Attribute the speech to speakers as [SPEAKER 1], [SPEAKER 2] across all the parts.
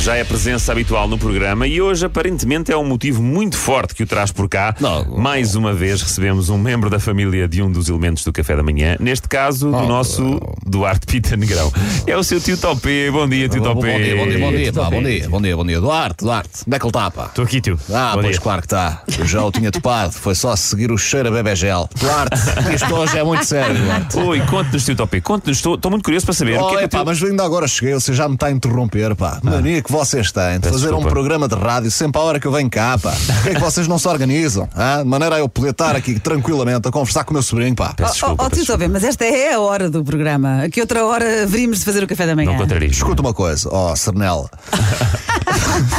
[SPEAKER 1] Já é presença habitual no programa e hoje aparentemente é um motivo muito forte que o traz por cá.
[SPEAKER 2] Não.
[SPEAKER 1] Mais uma vez recebemos um membro da família de um dos elementos do Café da Manhã, neste caso do
[SPEAKER 2] Oh,
[SPEAKER 1] nosso Duarte Pita Negrão. É o seu tio Topé. Bom dia, tio
[SPEAKER 2] Bom,
[SPEAKER 1] Topé.
[SPEAKER 2] dia, bom dia, bom dia, pá,
[SPEAKER 1] Topé.
[SPEAKER 2] bom dia, bom dia, bom dia. Duarte, Duarte, onde é que ele está, pá?
[SPEAKER 3] Estou aqui, tio.
[SPEAKER 2] Ah,
[SPEAKER 3] Bom
[SPEAKER 2] pois
[SPEAKER 3] dia.
[SPEAKER 2] claro que está. Eu já o tinha topado, foi só seguir o cheiro a bebê gel. Duarte, isto hoje é muito sério, Duarte.
[SPEAKER 1] Oi, conte-nos, tio Topé, conte-nos. Estou, estou muito curioso para saber o
[SPEAKER 2] Oh,
[SPEAKER 1] que é que o
[SPEAKER 2] epá,
[SPEAKER 1] teu-
[SPEAKER 2] mas ainda agora cheguei, você já me está a interromper, pá. Mania que vocês têm de
[SPEAKER 1] Peço
[SPEAKER 2] fazer um
[SPEAKER 1] desculpa.
[SPEAKER 2] programa de rádio sempre à hora que eu venho cá, pá. Por que é que vocês não se organizam? ah? De maneira a eu poder estar aqui tranquilamente a conversar com o meu sobrinho, pá.
[SPEAKER 1] Peço
[SPEAKER 4] Oh,
[SPEAKER 1] desculpa.
[SPEAKER 4] oh,
[SPEAKER 1] peço
[SPEAKER 4] tio Tobé, mas esta é a hora do programa. A que outra hora haveríamos de fazer o café da manhã?
[SPEAKER 1] Não contraria.
[SPEAKER 2] Escuta uma coisa, ó Cernel.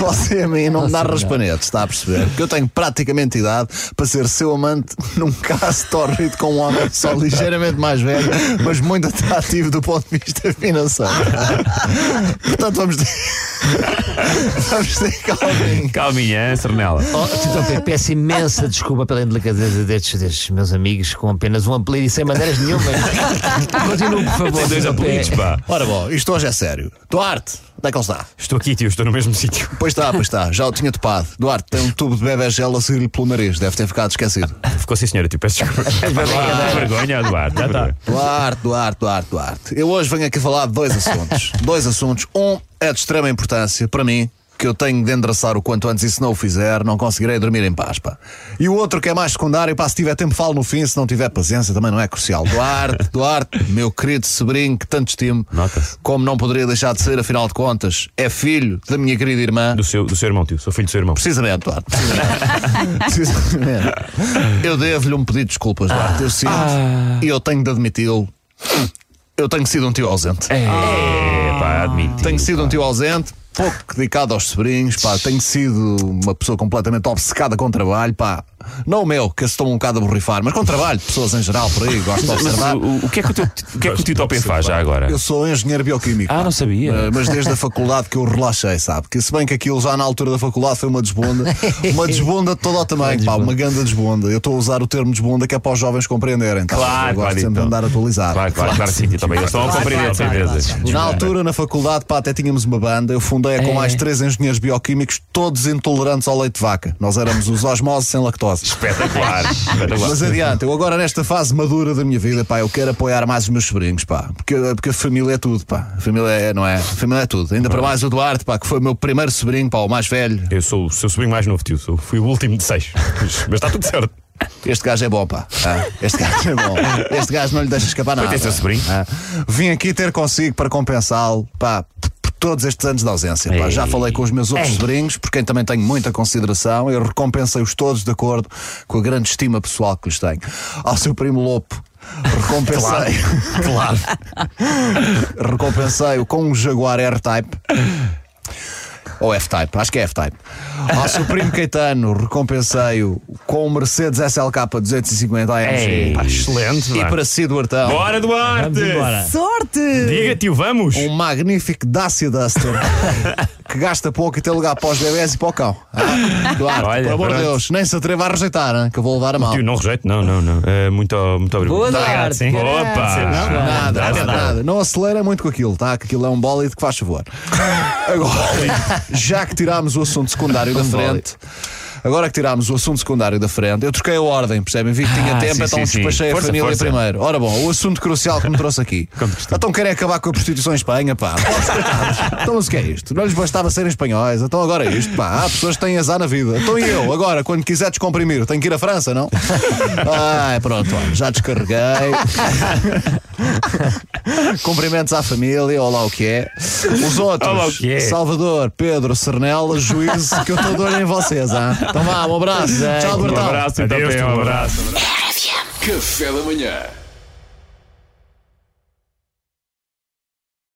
[SPEAKER 2] Você a mim não me dá raspanetes, está a perceber? Porque eu tenho praticamente idade para ser seu amante num caso torrido com um homem só ligeiramente mais velho, mas muito atrativo do ponto de vista financeiro. Portanto, vamos ter. vamos ter calminho.
[SPEAKER 1] Calminha, hein, Sernela.
[SPEAKER 3] Oh, tio Topé, peço imensa desculpa pela indelicadeza destes, destes meus amigos com apenas um apelido e sem maneiras nenhuma. Continue, por favor.
[SPEAKER 1] Tem dois
[SPEAKER 3] tio Topé.
[SPEAKER 1] apelidos, pá.
[SPEAKER 2] Ora bom, isto hoje é sério. Duarte, onde é que ele está?
[SPEAKER 1] Estou aqui, tio, estou no mesmo sítio.
[SPEAKER 2] Pois está, pois está, já o tinha topado. Duarte tem um tubo de bebé gel a seguir-lhe pelo nariz, deve ter ficado esquecido.
[SPEAKER 1] Ficou sim, senhora, tio, peço desculpa. Tem vergonha, Eduardo. Já está.
[SPEAKER 2] Duarte, Duarte, Duarte, Duarte. Eu hoje venho aqui falar de dois assuntos. dois assuntos. Um é de extrema importância para mim, que eu tenho de endereçar o quanto antes e se não o fizer, não conseguirei dormir em paz, pá. E o outro que é mais secundário, pá, se tiver tempo falo no fim, se não tiver paciência também não é crucial. Duarte, Duarte, meu querido sobrinho que tanto estimo,
[SPEAKER 1] Nota-se.
[SPEAKER 2] como não poderia deixar de ser, afinal de contas, é filho da minha querida irmã.
[SPEAKER 1] Do seu, do seu irmão, tio. Sou filho do seu irmão.
[SPEAKER 2] Precisamente, Duarte. Precisamente. Precisamente. Eu devo-lhe um pedido de desculpas,
[SPEAKER 1] Ah.
[SPEAKER 2] Duarte. Eu sinto e eu tenho de admiti-lo. Eu tenho sido um tio ausente.
[SPEAKER 1] É, pá, admito.
[SPEAKER 2] tenho sido um tio ausente, pouco dedicado aos sobrinhos, pá. Tenho sido uma pessoa completamente obcecada com o trabalho, pá. Não o meu, que se estou um bocado a borrifar, mas com o trabalho de pessoas em geral por aí, gosto de
[SPEAKER 1] Mas
[SPEAKER 2] observar.
[SPEAKER 1] o, o que é que o, teu, o que é que o tio Topé faz já agora?
[SPEAKER 2] Eu sou um engenheiro bioquímico.
[SPEAKER 1] Ah, não sabia.
[SPEAKER 2] Eh, Mas desde a faculdade que eu relaxei, sabe? Que se bem que aquilo já na altura da faculdade foi uma desbunda. Uma desbunda de todo o tamanho, pá, uma grande desbunda. Eu estou a usar o termo desbunda que é para os jovens compreenderem. Tá? eu
[SPEAKER 1] Claro,
[SPEAKER 2] gosto
[SPEAKER 1] claro.
[SPEAKER 2] sempre
[SPEAKER 1] então.
[SPEAKER 2] de andar atualizado.
[SPEAKER 1] Claro, claro, claro, sim, tio Topé. Eles estão a compreender, de certeza.
[SPEAKER 2] Na altura, na faculdade, pá, até tínhamos uma banda. Eu fundei
[SPEAKER 1] É.
[SPEAKER 2] com mais três engenheiros bioquímicos, todos intolerantes ao leite de vaca. Nós éramos os osmoses sem lactose.
[SPEAKER 1] Espetacular. espetacular.
[SPEAKER 2] Mas é- adiante, eu agora nesta fase madura da minha vida, pá, eu quero apoiar mais os meus sobrinhos, pá, porque, porque a família é tudo, pá. A família é, não é? A família é tudo. Ainda para mais o Duarte, pá, que foi o meu primeiro sobrinho, pá, o mais velho.
[SPEAKER 5] Eu sou o seu sobrinho mais novo, tio. Sou- fui o último de seis. Mas, mas está tudo certo.
[SPEAKER 2] Este gajo é bom, pá. Ah, este gajo é bom. Este gajo não lhe deixa escapar nada.
[SPEAKER 1] é seu sobrinho.
[SPEAKER 2] Ah, vim aqui ter consigo para compensá-lo, pá, p- por todos estes anos de ausência. pá. Já falei com os meus outros sobrinhos, por quem também tenho muita consideração. Eu recompensei-os todos de acordo com a grande estima pessoal que lhes tenho. Ao seu primo Lopo. Recompensei. Claro. Recompensei-o com um Jaguar R-Type. Ou F-Type, acho que é F-Type. Ao seu primo Caetano, recompensei-o com um Mercedes SLK 250
[SPEAKER 1] Ei,
[SPEAKER 2] AMG.
[SPEAKER 5] Pá, excelente,
[SPEAKER 2] É E
[SPEAKER 5] vá.
[SPEAKER 2] para si, Duartão.
[SPEAKER 1] Bora, Duarte!
[SPEAKER 3] Vamos embora.
[SPEAKER 4] Sorte!
[SPEAKER 5] Diga, tio, vamos!
[SPEAKER 2] um magnífico Dacia Duster que gasta pouco e tem lugar para os bebés e para o cão. Ah, Duarte,
[SPEAKER 1] Olha,
[SPEAKER 2] pelo amor de
[SPEAKER 1] pronto.
[SPEAKER 2] Deus, nem se atreva a rejeitar, hein, que eu vou levar a mal.
[SPEAKER 5] Tio, não rejeito, não, não, não. Eh, muito, muito obrigado.
[SPEAKER 4] Boa,
[SPEAKER 1] Tá,
[SPEAKER 4] Duarte.
[SPEAKER 5] sim.
[SPEAKER 2] Não,
[SPEAKER 1] Opa!
[SPEAKER 2] nada, nada, nada. Não acelera muito com aquilo, tá? Que aquilo é um bólido que faz favor. Agora, já que tirámos o assunto secundário
[SPEAKER 1] Um
[SPEAKER 2] da frente. Agora que tirámos o assunto secundário da frente, eu troquei a ordem, percebem? Vi que tinha
[SPEAKER 1] Ah,
[SPEAKER 2] tempo,
[SPEAKER 1] sim,
[SPEAKER 2] então
[SPEAKER 1] sim, sim.
[SPEAKER 2] despachei a
[SPEAKER 1] Força,
[SPEAKER 2] família
[SPEAKER 1] força.
[SPEAKER 2] primeiro. Ora bom, o assunto crucial que me trouxe aqui. Então querem acabar com a prostituição em Espanha, pá. Então mas o que é isto? Não lhes bastava serem espanhóis, então agora é isto, pá. Há pessoas que têm azar na vida. Então e eu, agora, quando quiser descomprimir, tenho que ir à França, não? Ai, pronto, olha, já descarreguei. Cumprimentos à família, olá o que é. Os outros,
[SPEAKER 1] Olá o que é.
[SPEAKER 2] Salvador, Pedro, Sernela, juízo, que eu estou de olho em vocês. Ah. Então vá, um abraço. Tchau,
[SPEAKER 1] Um
[SPEAKER 2] Bertão.
[SPEAKER 1] abraço, tio
[SPEAKER 5] Adeus,
[SPEAKER 1] Topé,
[SPEAKER 5] tio,
[SPEAKER 1] um
[SPEAKER 5] um
[SPEAKER 1] abraço.
[SPEAKER 6] Café da Manhã.